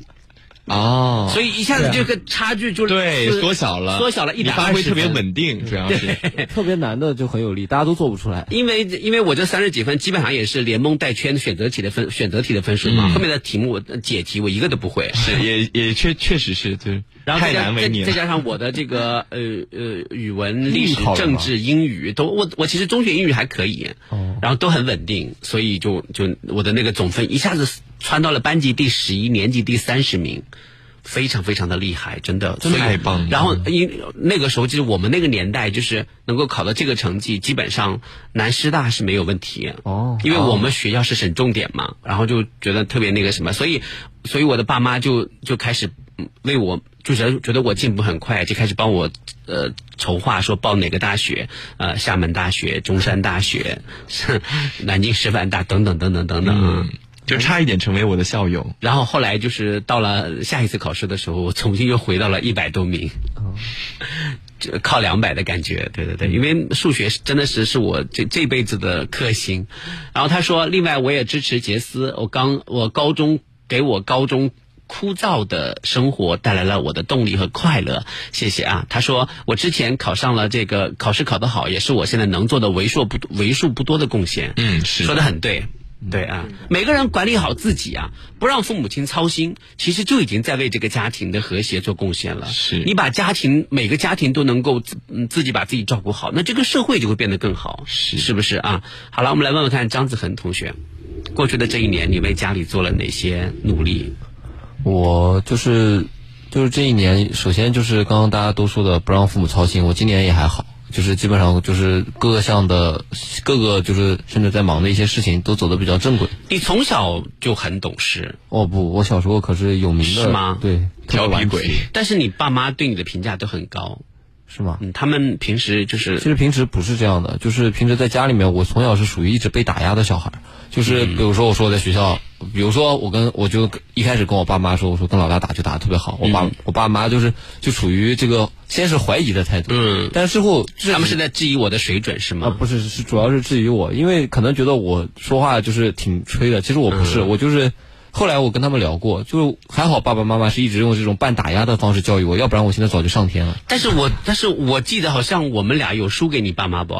B: 哦，
A: 所以一下子这个差距就
B: 对
A: 是
B: 缩小了，
A: 缩小了一
B: 你
A: 百
B: 发挥特别稳定，主要是
D: 特别难的就很有力，大家都做不出来。
A: 因为因为我这三十几分基本上也是连蒙带圈选择题的分选择题的分数嘛，
B: 嗯
A: 后面的题目我呃解题我一个都不会。
B: 是也也确确实是，就是
A: 然后再
B: 太
A: 加
B: 难为你
A: 再再
B: 了。
A: 加上我的这个呃呃语文、历
D: 英语
A: 史
D: 好、了
A: 政
D: 吗
A: 治、英语都我我其实中学英语还可以，
D: 哦
A: 然后都很稳定，所以就就我的那个总分一下子窜到了班级第十一、年级第三十名。非常非常的厉害，真的，
B: 真
A: 所
B: 的
A: 以
B: 太棒了
A: 然后因那个时候就是我们那个年代，就是能够考到这个成绩，基本上南师大是没有问题。
D: 哦
A: 因为我们学校是省重点嘛，然后就觉得特别那个什么，所以，所以我的爸妈就就开始嗯为我，就是觉得我进步很快，就开始帮我呃筹划说报哪个大学，呃厦门大学、中山大学、南京师范大等等等等等等。啊
B: 嗯，就差一点成为我的校友。
A: 然后后来就是到了下一次考试的时候，我重新又回到了一百多名， 就靠两百的感觉。对对对，因为数学是真的是是我这这辈子的克星。然后他说，另外我也支持杰斯，我刚我高中给我高中。枯燥的生活带来了我的动力和快乐，谢谢啊！他说我之前考上了这个考试考得好，也是我现在能做的为数不为数不多的贡献。
B: 嗯，是嗯
A: 说的很对。对啊，每个人管理好自己啊，不让父母亲操心，其实就已经在为这个家庭的和谐做贡献了。
B: 是
A: 你把家庭每个家庭都能够自嗯自己把自己照顾好，那这个社会就会变得更好，是是不是啊？好了，我们来问问看张子恒同学，过去的这一年你为家里做了哪些努力？
D: 我就是就是这一年，首先就是刚刚大家都说的不让父母操心，我今年也还好，就是基本上就是各个项的各个就是甚至在忙的一些事情都走的比较正轨。
A: 你从小就很懂事，
D: 哦不，我小时候可是有名的，
A: 是吗
D: 对，
B: 调皮
D: 顽
B: 鬼
D: 皮，
A: 但是你爸妈对你的评价都很高，
D: 是吗？
A: 嗯，他们平时就
D: 其
A: 是
D: 实平时不是这样的，就是平时在家里面，我从小是属于一直被打压的小孩儿。就是
A: 嗯
D: 比如说，我说我在学校，比如说我跟我就跟一开始跟我爸妈说，我说跟老大打就打得特别好。我爸、
A: 嗯
D: 我爸妈就是就处于这个先是怀疑的态度，
A: 嗯
D: 但之后质疑
A: 他们是在质疑我的水准是吗？
B: 呃
D: 啊，不是，是主要是质疑我，因为可能觉得我说话就是挺吹的，其实我不
A: 嗯
D: 是，我就是。后来我跟他们聊过，就还好，爸爸妈妈是一直用这种半打压的方式教育我，要不然我现在早就上天了。
A: 但是我但是我记得好像我们俩有输给你爸妈不？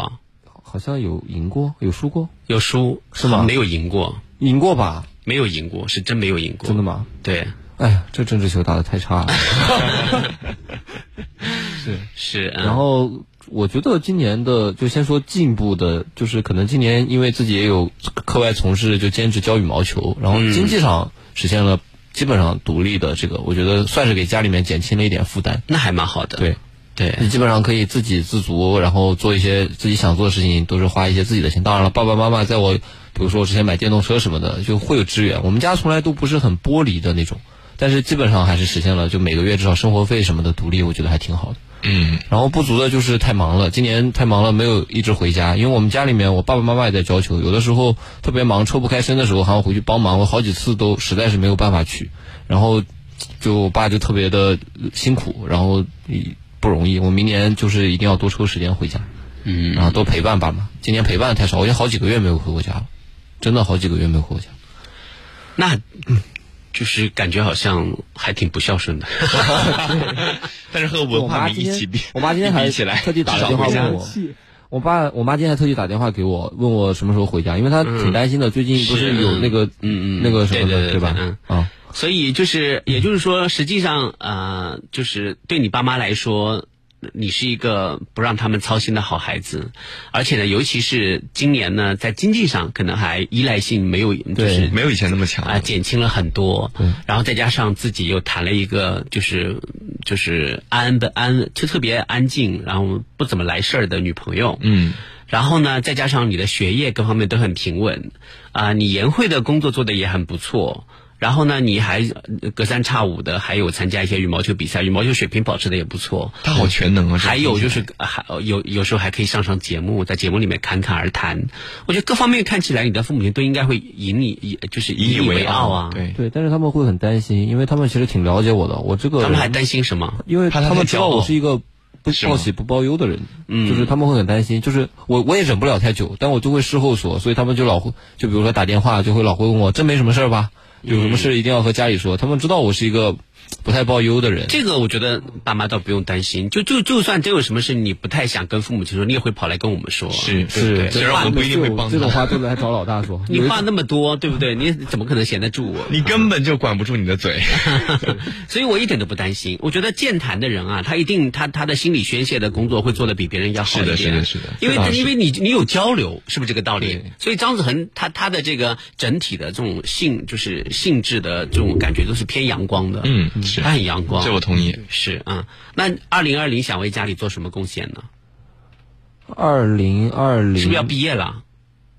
D: 好像有赢过，有输过，
A: 有输
D: 是吗
A: 没有赢过，
D: 赢过吧？
A: 没有赢过，是真没有赢过。
D: 真的？吗？
A: 对，
D: 哎呀，这政治球打得太差了。
A: 是。嗯
D: 然后我觉得今年的，就先说进步的，就是可能今年因为自己也有课外从事，就兼职教羽毛球，然后经济上实现了基本上独立的这个，我觉得算是给家里面减轻了一点负担。
A: 那还蛮好的。
D: 对，
A: 对，
D: 你基本上可以自给自足，然后做一些自己想做的事情，都是花一些自己的钱。当然了，爸爸妈妈在我，比如说我之前买电动车什么的，就会有支援。我们家从来都不是很剥离的那种，但是基本上还是实现了，就每个月至少生活费什么的独立，我觉得还挺好的。
B: 嗯，
D: 然后不足的就是太忙了，今年太忙了，没有一直回家。因为我们家里面，我爸爸妈妈也在教球，有的时候特别忙，抽不开身的时候还要回去帮忙。我好几次都实在是没有办法去，然后就我爸就特别的辛苦，然后嗯不容易。我明年就是一定要多抽时间回家，
A: 嗯
D: 然后多陪伴爸妈。今年陪伴太少，我已经好几个月没有回过家了，真的好几个月没有回过家。
A: 那就是感觉好像还挺不孝顺 的。
B: 但是和
D: 我
B: 文化
D: 妈
B: 名
D: 今
B: 一
D: 天
B: 起比，
D: 我妈今天
B: 一
D: 还
B: 比起来，
D: 特地打了
B: 至少
D: 电话
B: 回家
D: 问我，我爸我妈今天还特地打电话给我，问我什么时候回家，因为她挺担心的，最近不是有那个
A: 嗯嗯嗯
D: 那个什么的，
A: 对
D: 吧？
A: 嗯
D: 啊，
A: 所以就是，也就是说，实际上，呃，就是对你爸妈来说，你是一个不让他们操心的好孩子，而且呢，尤其是今年呢，在经济上可能还依赖性没有，就是
B: 没有以前那么强
A: 啊、减轻了很多。然后再加上自己又谈了一个就是就是安的安，就特别安静，然后不怎么来事儿的女朋友。
B: 嗯。
A: 然后呢，再加上你的学业各方面都很平稳，啊、你研会的工作做的也很不错。然后呢，你还呃隔三差五的还有参加一些羽毛球比赛，羽毛球水平保持的也不错。
B: 他好全能啊！这个
A: 还有就是呃还有有时候还可以上上节目，在节目里面侃侃而谈。我觉得各方面看起来，你的父母亲都应该会引你，以就是
D: 引以
A: 以
D: 为
A: 傲
D: 傲
A: 啊。
B: 对
D: 对，但是他们会很担心，因为他们其实挺了解我的，我这个
A: 他们还
D: 人
A: 担心什么？
D: 因为他们知道我是一个不
A: 吗
D: 报喜不报忧的人，
A: 嗯
D: 就是他们会很担心，就是我我也忍不了太久，但我就会事后说，所以他们就老会，就比如说打电话就会老会问我，真没什么事儿吧？有什么
A: 嗯
D: 事一定要和家里说，他们知道我是一个不太报忧的人。
A: 这个我觉得爸妈倒不用担心，就就就算真有什么事你不太想跟父母亲说，你也会跑来跟我们说。
B: 是
A: 对
D: 是，
A: 不对话那么多。
D: 这种话都来找老大说
A: 你话那么多，对不对？你怎么可能闲得住我？
B: 你根本就管不住你的嘴。
A: 所以我一点都不担心。我觉得健谈的人啊，他一定他他的心理宣泄的工作会做的比别人要好一点。
B: 是的是的是的
A: 因
B: 这倒
A: 为
B: 是
A: 因为你你有交流，是不是这个道理？所以张子恒他他的这个整体的这种性就是性质的这种感觉都是偏阳光的。
B: 嗯，是
A: 他很阳光，
B: 这我同意。
A: 是啊、那二零二零想为家里做什么贡献呢？
D: 二零二零
A: 是不是要毕业了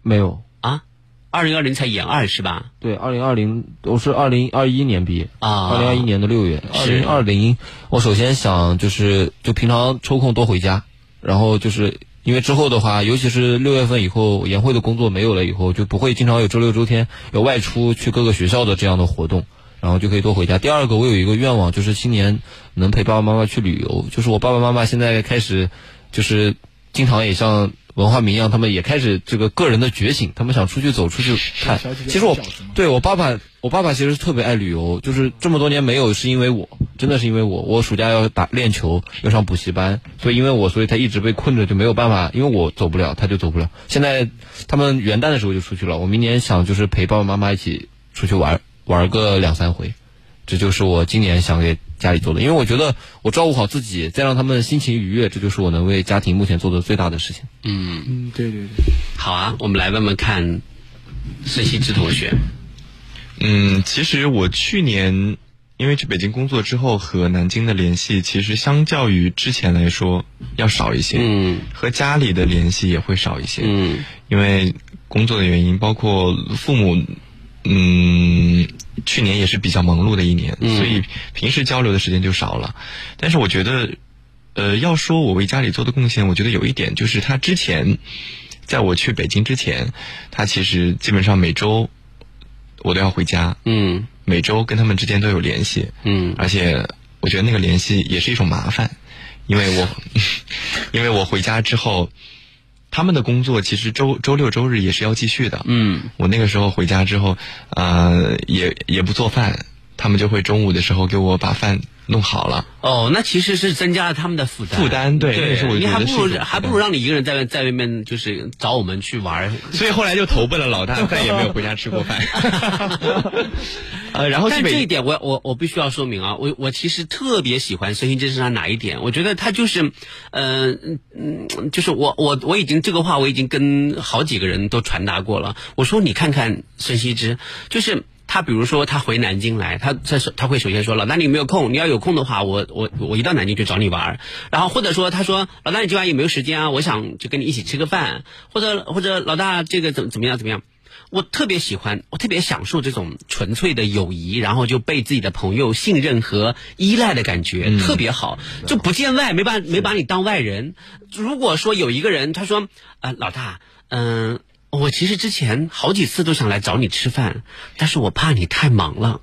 D: 没有？
A: 啊？二零二零才研二是吧？
D: 对，二零二零我是二零二一年毕业
A: 啊
D: 二零二一年的六月。二
A: 是
D: 零二零，我首先想就是就平常抽空多回家，然后就是因为之后的话，尤其是六月份以后，研会的工作没有了以后，就不会经常有周六周天有外出去各个学校的这样的活动。然后就可以多回家。第二个，我有一个愿望，就是今年能陪爸爸妈妈去旅游。就是我爸爸妈妈现在开始，就是经常也像文化名一样，他们也开始这个个人的觉醒，他们想出去走，出去看
C: 小姐。姐
D: 其实我
C: 小姐姐
D: 对我爸爸，我爸爸其实特别爱旅游，就是这么多年没有，是因为我，真的是因为我，我暑假要打练球，要上补习班，所以因为我，所以他一直被困着，就没有办法，因为我走不了，他就走不了。现在他们元旦的时候就出去了，我明年想就是陪爸爸妈妈一起出去玩玩个两三回。这就是我今年想给家里做的，因为我觉得我照顾好自己，再让他们心情愉悦，这就是我能为家庭目前做的最大的事情。
A: 嗯，
C: 嗯，对对对。
A: 好啊，我们来问问看孙希之同学。
B: 嗯，其实我去年因为去北京工作之后，和南京的联系其实相较于之前来说要少一些，
A: 嗯，
B: 和家里的联系也会少一些，
A: 嗯，
B: 因为工作的原因，包括父母，嗯，去年也是比较忙碌的一年，
A: 嗯
B: 所以平时交流的时间就少了，但是我觉得。呃，要说我为家里做的贡献，我觉得有一点就是他之前，在我去北京之前，他其实基本上每周我都要回家，
A: 嗯
B: 每周跟他们之间都有联系，
A: 嗯
B: 而且我觉得那个联系也是一种麻烦，因为我 因为我回家之后，他们的工作其实周周六周日也是要继续的，
A: 嗯
B: 我那个时候回家之后，呃，也也不做饭，他们就会中午的时候给我把饭弄好了，
A: 哦，那其实是增加了他们的负担。
B: 负担对那是我
A: 你
B: 觉得
A: 还
B: 是一
A: 不
B: 种
A: 如
B: 负担
A: 还不如让你一个人在外在外面，就是找我们去玩儿。
B: 所以后来就投奔了老 大，再也没有回家吃 过饭。呃，然后基
A: 但
B: 本
A: 这一点我，我我必须要说明啊，我我其实特别喜欢孙兴慜身上哪一点？我觉得他就是，呃嗯嗯，就是我我我已经这个话我已经跟好几个人都传达过了。我说你看看孙兴慜，就是。他比如说，他回南京来，他他首他会首先说：“老大，你有没有空？你要有空的话，我我我一到南京就找你玩儿。”然后或者说，他说：“老大，你今晚有没有时间啊？我想就跟你一起吃个饭，或者或者老大这个怎么怎么样怎么样。”我特别喜欢，我特别享受这种纯粹的友谊，然后就被自己的朋友信任和依赖的感觉，特别好，就不见外，没把没把你当外人。如果说有一个人他说，呃，老大，嗯、我其实之前好几次都想来找你吃饭，但是我怕你太忙了。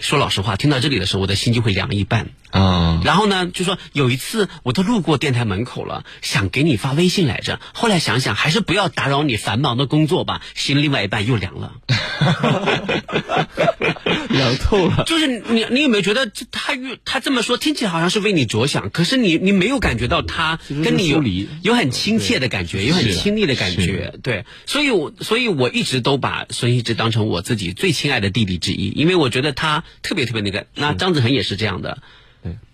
A: 说老实话，听到这里的时候，我的心就会凉一半。
D: 嗯
B: 啊、
A: 然后呢，就说有一次我都路过电台门口了，想给你发微信来着，后来想想还是不要打扰你繁忙的工作吧，心另外一半又凉了。
D: 凉透了。
A: 就是你，你有没有觉得这他越他这么说，听起来好像是为你着想，可是你你没有感觉到他跟你
D: 疏
A: 有
D: 离
A: 有很亲切的感觉，有很
D: 是
A: 亲密的感
D: 是
A: 觉，对。所以我所以我一直都把孙一之当成我自己最亲爱的弟弟之一，因为我觉得他特别特别那个。那张子恒也是这样的。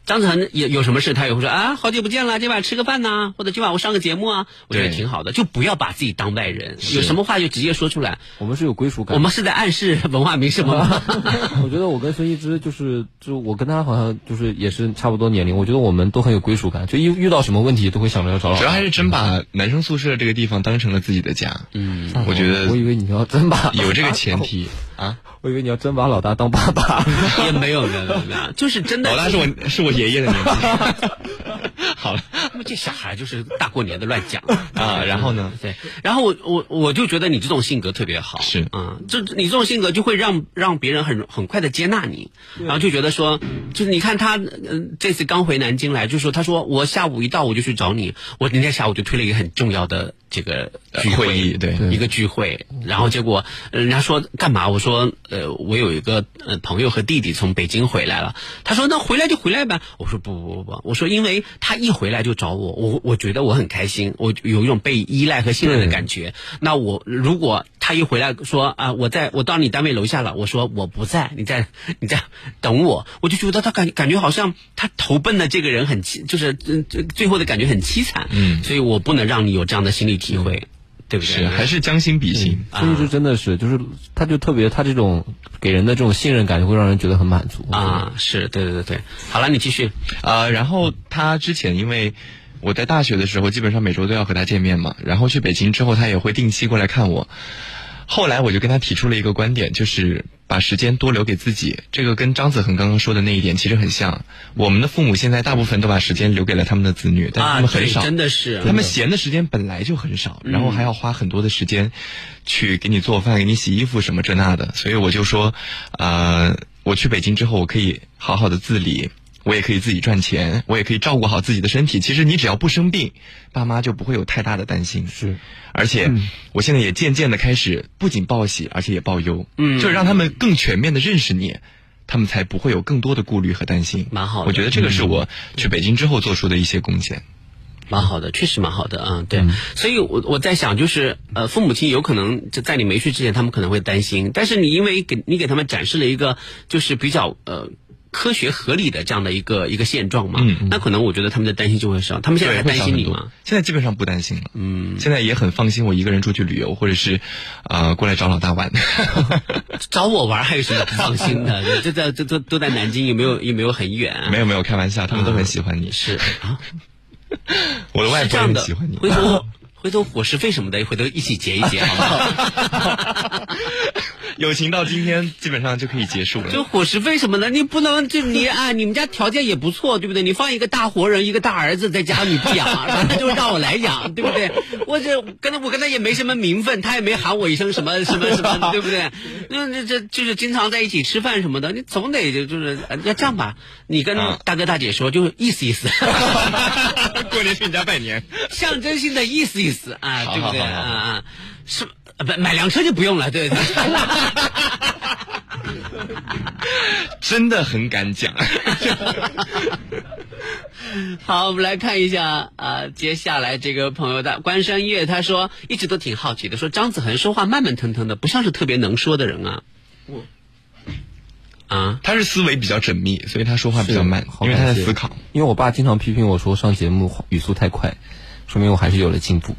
A: 张子恒也有什么事，他也会说啊，好久不见了，今晚吃个饭呐、或者今晚我上个节目啊，我觉得
D: 对
A: 挺好的，就不要把自己当外人，
D: 是嗯
A: 有什么话就直接说出来。
D: 我们是有归属感的。
A: 我们是在暗示文化名什么吗？
D: 我觉得我跟孙一之就是，就我跟他好像就是也是差不多年龄，我觉得我们都很有归属感，就一遇到什么问题都会想着要找老师。
B: 主要还是真把男生宿舍这个地方当成了自己的家。嗯，我觉得
D: 我以为你要真把
B: 有这个前提啊，
D: 我以为你要真把老大当爸 爸，
A: 也没有没有没有没有，就是真的。
B: 老大是我是我爷爷的年纪 好了
A: 这小孩就是大过年的乱 讲
B: 啊。然后呢？
A: 对，然后我我我就觉得你这种性格特别好，
B: 是
A: 啊，就你这种性格就会让让别人很很快的接纳你，然后就觉得说，就是你看他，嗯、这次刚回南京来，就说他说我下午一到我就去找你，我那天下午就推了一个很重要的这个
B: 呃
A: 聚
B: 会议对
A: 一个聚会，然后结果呃人家说干嘛？我说呃，我有一个呃朋友和弟弟从北京回来了，他说那回来就回来呗。我说不不不不，我说因为他一回来就找我，我我觉得我很开心，我有一种被依赖和信任的感觉。那我如果他一回来说啊，我在我到你单位楼下了，我说我不在，你在你在等我，我就觉得他感感觉好像他投奔的这个人很凄，就是嗯最最后的感觉很凄惨，
B: 嗯
A: 所以我不能让你有这样的心理体会。对不对？
B: 是还是将心比心。
D: 孙一之真的是，就是他就特别，他这种给人的这种信任感就会让人觉得很满足。
B: 嗯
A: 啊，是对对对对，好了，你继续。
B: 呃，然后他之前因为我在大学的时候，基本上每周都要和他见面嘛。然后去北京之后，他也会定期过来看我。后来我就跟他提出了一个观点，就是把时间多留给自己。这个跟张子恒刚刚说的那一点其实很像。我们的父母现在大部分都把时间留给了他们的子女，但是他们很少，
A: 啊对真嗯的是
B: 他们闲的时间本来就很少，然后还要花很多的时间去给你做饭、给你洗衣服什么这那的。所以我就说，呃，我去北京之后，我可以好好的自理。我也可以自己赚钱，我也可以照顾好自己的身体。其实你只要不生病，爸妈就不会有太大的担心。
D: 是，
B: 而且
A: 嗯
B: 我现在也渐渐的开始不仅报喜，而且也报忧。
A: 嗯
B: 就是让他们更全面的认识你，他们才不会有更多的顾虑和担心。
A: 蛮好的嗯
B: 我觉得这个是我去北京之后做出的一些贡献。
A: 蛮好的，确实蛮好的啊。对，
B: 嗯
A: 所以我我在想，就是呃，父母亲有可能就在你没去之前，他们可能会担心，但是你因为给你给他们展示了一个就是比较呃。科学合理的这样的一个一个现状嘛，
B: 嗯嗯
A: 那可能我觉得他们的担心就会少。他们现在还
B: 对会
A: 担
B: 少
A: 心
B: 很
A: 你
B: 多
A: 吗？
B: 现在基本上不担心了。
A: 嗯，
B: 现在也很放心，我一个人出去旅游，或者是，呃，过来找老大玩。
A: 找我玩还有什么不放心 的？这这这都都在南京，有没有有没有很远啊、
B: 没有没有，开玩笑，他们都很喜欢你。
A: 是啊，
B: 我的外
A: 是这
B: 婆也
A: 样
B: 很
A: 的
B: 喜欢你。
A: 回头回头伙食费什么的，回头一起结一结，好不好？
B: 友情到今天基本上就可以结束了。
A: 就伙食费什么的，你不能就你啊，你们家条件也不错，对不对？你放一个大活人，一个大儿子在家你不养，然后就让我来养，对不对？我这跟他我跟他也没什么名分，他也没喊我一声什么什么什么，对不对？那这这就是经常在一起吃饭什么的，你总得就就是呃要这样吧，你跟
B: 嗯
A: 大哥大姐说，就是意思意思，
B: 过年去你家拜年。
A: 象征性的意思意思啊，
B: 好
A: 对不对？
B: 好好
A: 啊
B: 好
A: 啊，是呃不买辆车就不用了，对 对。
B: 真的很敢讲。
A: 好，我们来看一下啊、呃接下来这个朋友的关山月，他说一直都挺好奇的，说张子恒说话慢慢腾腾的，不像是特别能说的人啊。我啊，
B: 他是思维比较缜密，所以他说话比较慢，
D: 好
B: 因为他在
D: 感谢
B: 思考。。
D: 因为我爸经常批评我说上节目语速太快，说明我还是有了进步。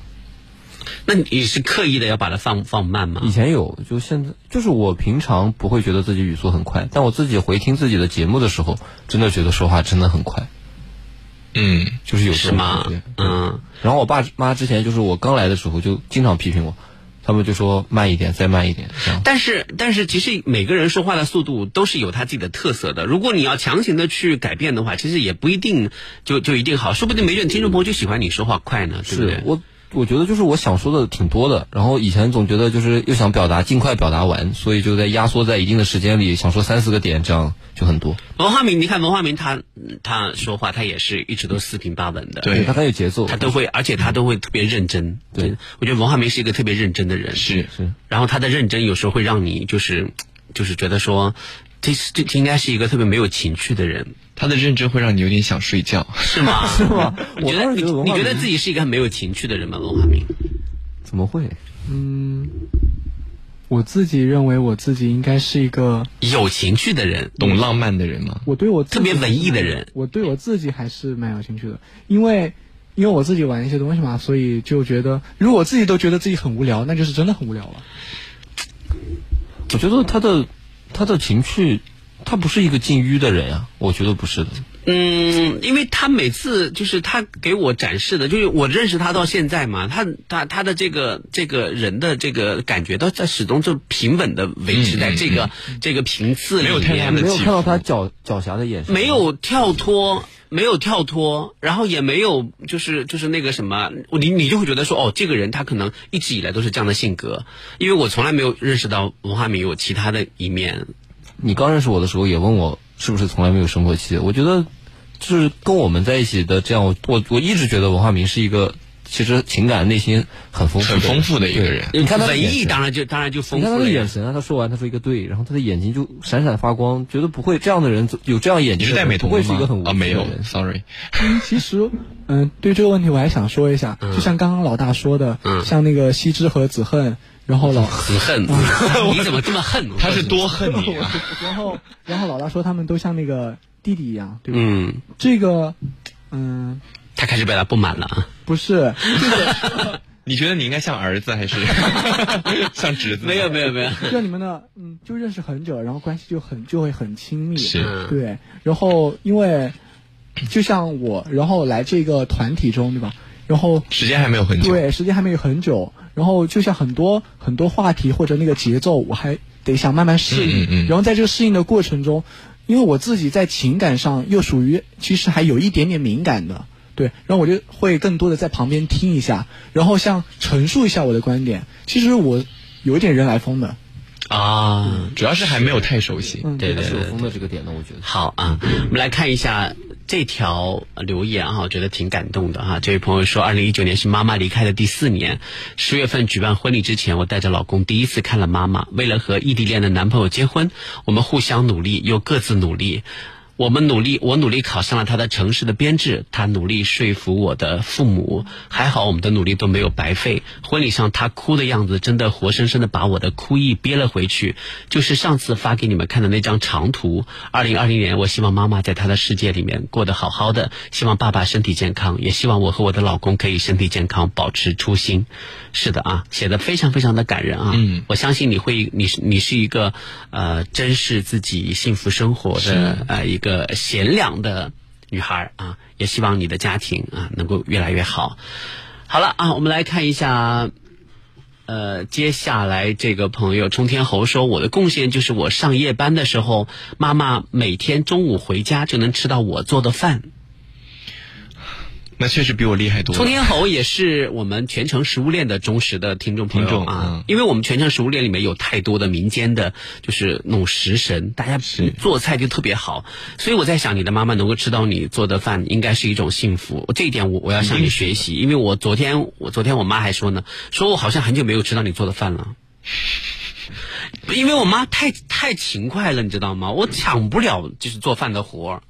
A: 那你是刻意的要把它放放慢吗
D: 以？前有，就现在就是我平常不会觉得自己语速很快，但我自己回听自己的节目的时候，真的觉得说话真的很快，
B: 嗯，
D: 就是有这
A: 是
D: 种
A: 吗
D: 感觉。？
A: 嗯，
D: 然后我爸妈之前就是我刚来的时候就经常批评我，他们就说慢一点，再慢一点这样。
A: 但是但是，其实每个人说话的速度都是有他自己的特色的。如果你要强行的去改变的话，其实也不一定就就一定好，说不定没准听众朋友就喜欢你说话快呢，对不对
D: 是？我我觉得就是我想说的挺多的，然后以前总觉得就是又想表达尽快表达完，所以就在压缩在一定的时间里，想说三四个点，这样就很多。
A: 文化明，你看文化明他他说话，他也是一直都四平八稳的，
B: 对
D: 他很有节奏，
A: 他都会，而且他都会特别认真。
D: 对，
A: 我觉得文化明是一个特别认真的人，
B: 是
D: 是，
A: 然后他的认真有时候会让你就是就是觉得说。这是这这应该是一个特别没有情趣的人，
B: 他的认真会让你有点想睡觉，
A: 是吗？
D: 是吗？
A: 你觉
D: 我
A: 得
D: 当时
A: 你
D: 觉得文
A: 你
D: 化
A: 觉得
D: 人
A: 自己是一个很没有情趣的人吗？龙海明，
D: 怎么会？
C: 嗯，我自己认为我自己应该是一个，
A: 有情趣的人，
B: 懂浪漫的人吗？
C: 我对我自己
A: 特别文艺的人，
C: 我对我自己还是蛮有兴趣的，因为因为我自己玩一些东西嘛，所以就觉得如果我自己都觉得自己很无聊，那就是真的很无聊 了。
D: 我觉得他的他的情趣，他不是一个禁欲的人呀、我觉得不是的。
A: 嗯，因为他每次就是他给我展示的，就是我认识他到现在嘛，他他他的这个这个人的这个感觉，到在始终就平稳的维持在这个、这个频次里面，
D: 嗯没有看到他狡狡黠的眼神，
A: 没有跳脱，没有跳脱，然后也没有就是就是那个什么，你你就会觉得说哦，这个人他可能一直以来都是这样的性格，因为我从来没有认识到文化明有其他的一面。
D: 你刚认识我的时候也问我是不是从来没有生过气，我觉得就是跟我们在一起的这样，我我我一直觉得文化明是一个其实情感内心很丰富的
B: 很丰富的一个人
D: 对你看他的
A: 文
D: 眼
A: 艺
D: 神
A: 当然就当然就丰
D: 你看
A: 富
D: 他
A: 了
D: 的
A: 呀
D: 眼。神啊，他说完他说一个对，然后他的眼睛就闪闪发光，觉得不会这样的人有这样眼
B: 你
D: 睛
B: 是
D: 的
B: 戴
D: 人
B: 美瞳
D: 不会
B: 的
D: 是一个很无
B: 吗？啊，
D: 趣
B: 没
D: 的
B: 有
D: 人
B: ，sorry，
C: 嗯，其实，嗯，对这个问题我还想说一下，
A: 嗯
C: 就像刚刚老大说的，像那个西之和子恨，然后老
A: 很嗯 恨，你怎么这么恨？
B: 他是多恨你啊！
C: 然后然后老大说他们都像那个弟弟一样，对吧？
A: 嗯，
C: 这个，嗯，
A: 他开始表达不满了啊。
C: 不是，
B: 你觉得你应该像儿子还是像侄子？
A: 没有没有没有，
C: 就你们呢，嗯，就认识很久，然后关系就很就会很亲密，
B: 是
C: 对。然后因为就像我，然后来这个团体中，对吧？然后
B: 时间还没有很久，
C: 对，时间还没有很久。然后就像很多很多话题或者那个节奏，我还得想慢慢适
B: 嗯
C: 应。
B: 嗯嗯
C: 然后在这个适应的过程中，因为我自己在情感上又属于其实还有一点点敏感的，对，然后我就会更多的在旁边听一下，然后像陈述一下我的观点。其实我有一点人来疯的，
A: 啊，
B: 主要是还没有太熟悉。
C: 嗯，
A: 对对
D: 他是有
A: 对。
D: 风的这个点呢，我觉得。
A: 好啊，我们来看一下这条留言啊哈、我觉得挺感动的哈、啊这位朋友说，二零一九年是妈妈离开的第四年，十月份举办婚礼之前，我带着老公第一次看了妈妈。为了和异地恋的男朋友结婚，我们互相努力，又各自努力。我们努力，我努力考上了他的城市的编制，他努力说服我的父母。还好我们的努力都没有白费。婚礼上他哭的样子，真的活生生的把我的哭意憋了回去。就是上次发给你们看的那张长图。二零二零年，我希望妈妈在她的世界里面过得好好的，希望爸爸身体健康，也希望我和我的老公可以身体健康，保持初心。是的啊，写的非常非常的感人啊。
B: 嗯
A: 我相信你会，你是你是一个呃，珍视自己幸福生活的呃一个贤良的女孩儿啊，也希望你的家庭啊能够越来越好。好了啊，我们来看一下呃，接下来这个朋友冲天猴说，我的贡献就是我上夜班的时候，妈妈每天中午回家就能吃到我做的饭。
B: 那确实比我厉害多
A: 冲
B: 了。
A: 天猴也是我们全程食物链的忠实的听众朋友
B: 听众
A: 啊，
B: 嗯
A: 因为我们全程食物链里面有太多的民间的，就是那种食神，大家做菜就特别好，所以我在想，你的妈妈能够吃到你做的饭，应该是一种幸福。这一点我我要向你学习，
B: 嗯
A: 因为我昨天我昨天我妈还说呢，说我好像很久没有吃到你做的饭了。因为我妈太太勤快了，你知道吗？我抢不了就是做饭的活儿。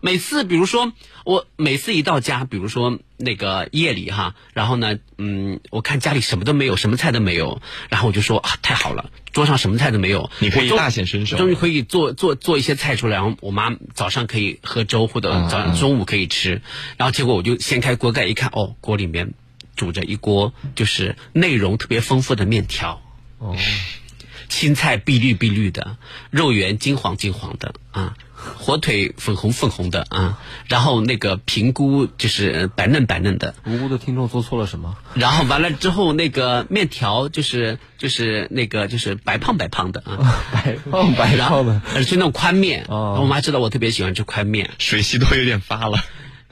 A: 每次比如说我每次一到家，比如说那个夜里哈，然后呢，嗯，我看家里什么都没有，什么菜都没有，然后我就说啊，太好了，桌上什么菜都没有，
B: 你可以
A: 我终
B: 大显身手
A: 终于可以做做做一些菜出来，然后我妈早上可以喝粥或者
B: 嗯
A: 早上中午可以吃，然后结果我就掀开锅盖一看，哦，锅里面煮着一锅就是内容特别丰富的面条。
D: 哦，
A: 青菜碧绿碧绿的，肉圆金黄金黄的啊，火腿粉红粉红的啊，然后那个平菇就是呃白嫩白嫩的，
D: 无辜的听众做错了什么？
A: 然后完了之后那个面条就是就是那个就是白胖白胖的 啊，
D: 白胖哦白
A: 然后
D: 胖的，
A: 呃就那种宽面，
D: 哦
A: 我妈知道我特别喜欢吃宽面，
B: 水系都有点发了，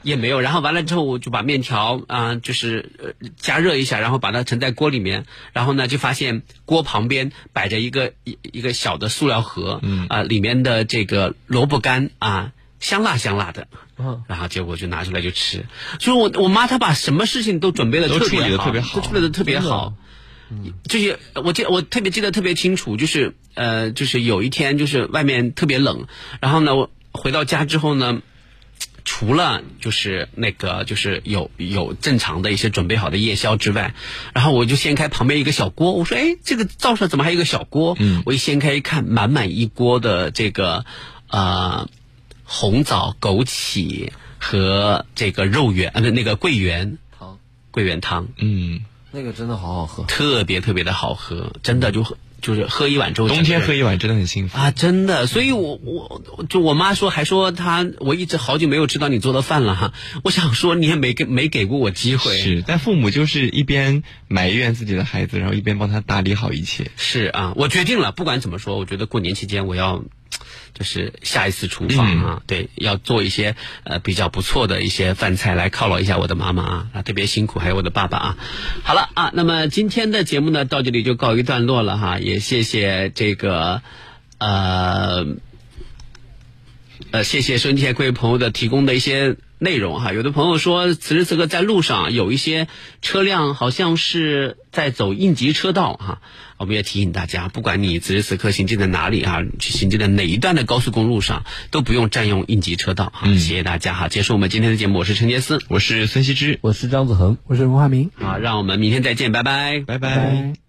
A: 也没有。然后完了之后，我就把面条啊、就是、呃、加热一下，然后把它盛在锅里面。然后呢，就发现锅旁边摆着一个一一个小的塑料盒，嗯啊、里面的这个萝卜干啊、香辣香辣的。
B: 哦
D: 嗯，
A: 然后结果就拿出来就吃，所以我我妈她把什么事情都准备的
B: 都
A: 特别
B: 处理得特别
A: 好，
B: 好嗯
A: 都处理的特别好。嗯就是我记我特别记得特别清楚，就是呃，就是有一天就是外面特别冷，然后呢，我回到家之后呢。除了就是那个就是有有正常的一些准备好的夜宵之外，然后我就掀开旁边一个小锅，我说哎，这个灶上怎么还有一个小锅？嗯，我一掀开一看，满满一锅的这个呃红枣、枸杞和这个肉圆呃那个桂圆
D: 汤，
A: 桂圆汤，
B: 嗯，
D: 那个真的好好喝，
A: 特别特别的好喝，真的就喝就是喝一碗之后，
B: 冬天喝一碗真的很幸福
A: 啊，真的，所以我我就我妈说，还说她我一直好久没有吃到你做的饭了哈。我想说你也没给没给过我机会，
B: 是，但父母就是一边埋怨自己的孩子，然后一边帮他打理好一切。
A: 是啊，我决定了，不管怎么说，我觉得过年期间我要。就是下一次厨房啊，对，要做一些呃比较不错的一些饭菜来犒劳一下我的妈妈啊，啊特别辛苦，还有我的爸爸啊。好了啊，那么今天的节目呢到这里就告一段落了哈，也谢谢这个呃。呃，谢谢收音机前各位朋友的提供的一些内容哈。有的朋友说，此时此刻在路上有一些车辆好像是在走应急车道哈。我们也提醒大家，不管你此时此刻行进在哪里啊，行进在哪一段的高速公路上，都不用占用应急车道哈。谢谢大家哈。结束我们今天的节目，我是陈杰斯，
B: 我是孙希之，
D: 我是张子恒，
C: 我是文化明。
A: 啊，让我们明天再见，拜拜，
B: 拜
C: 拜拜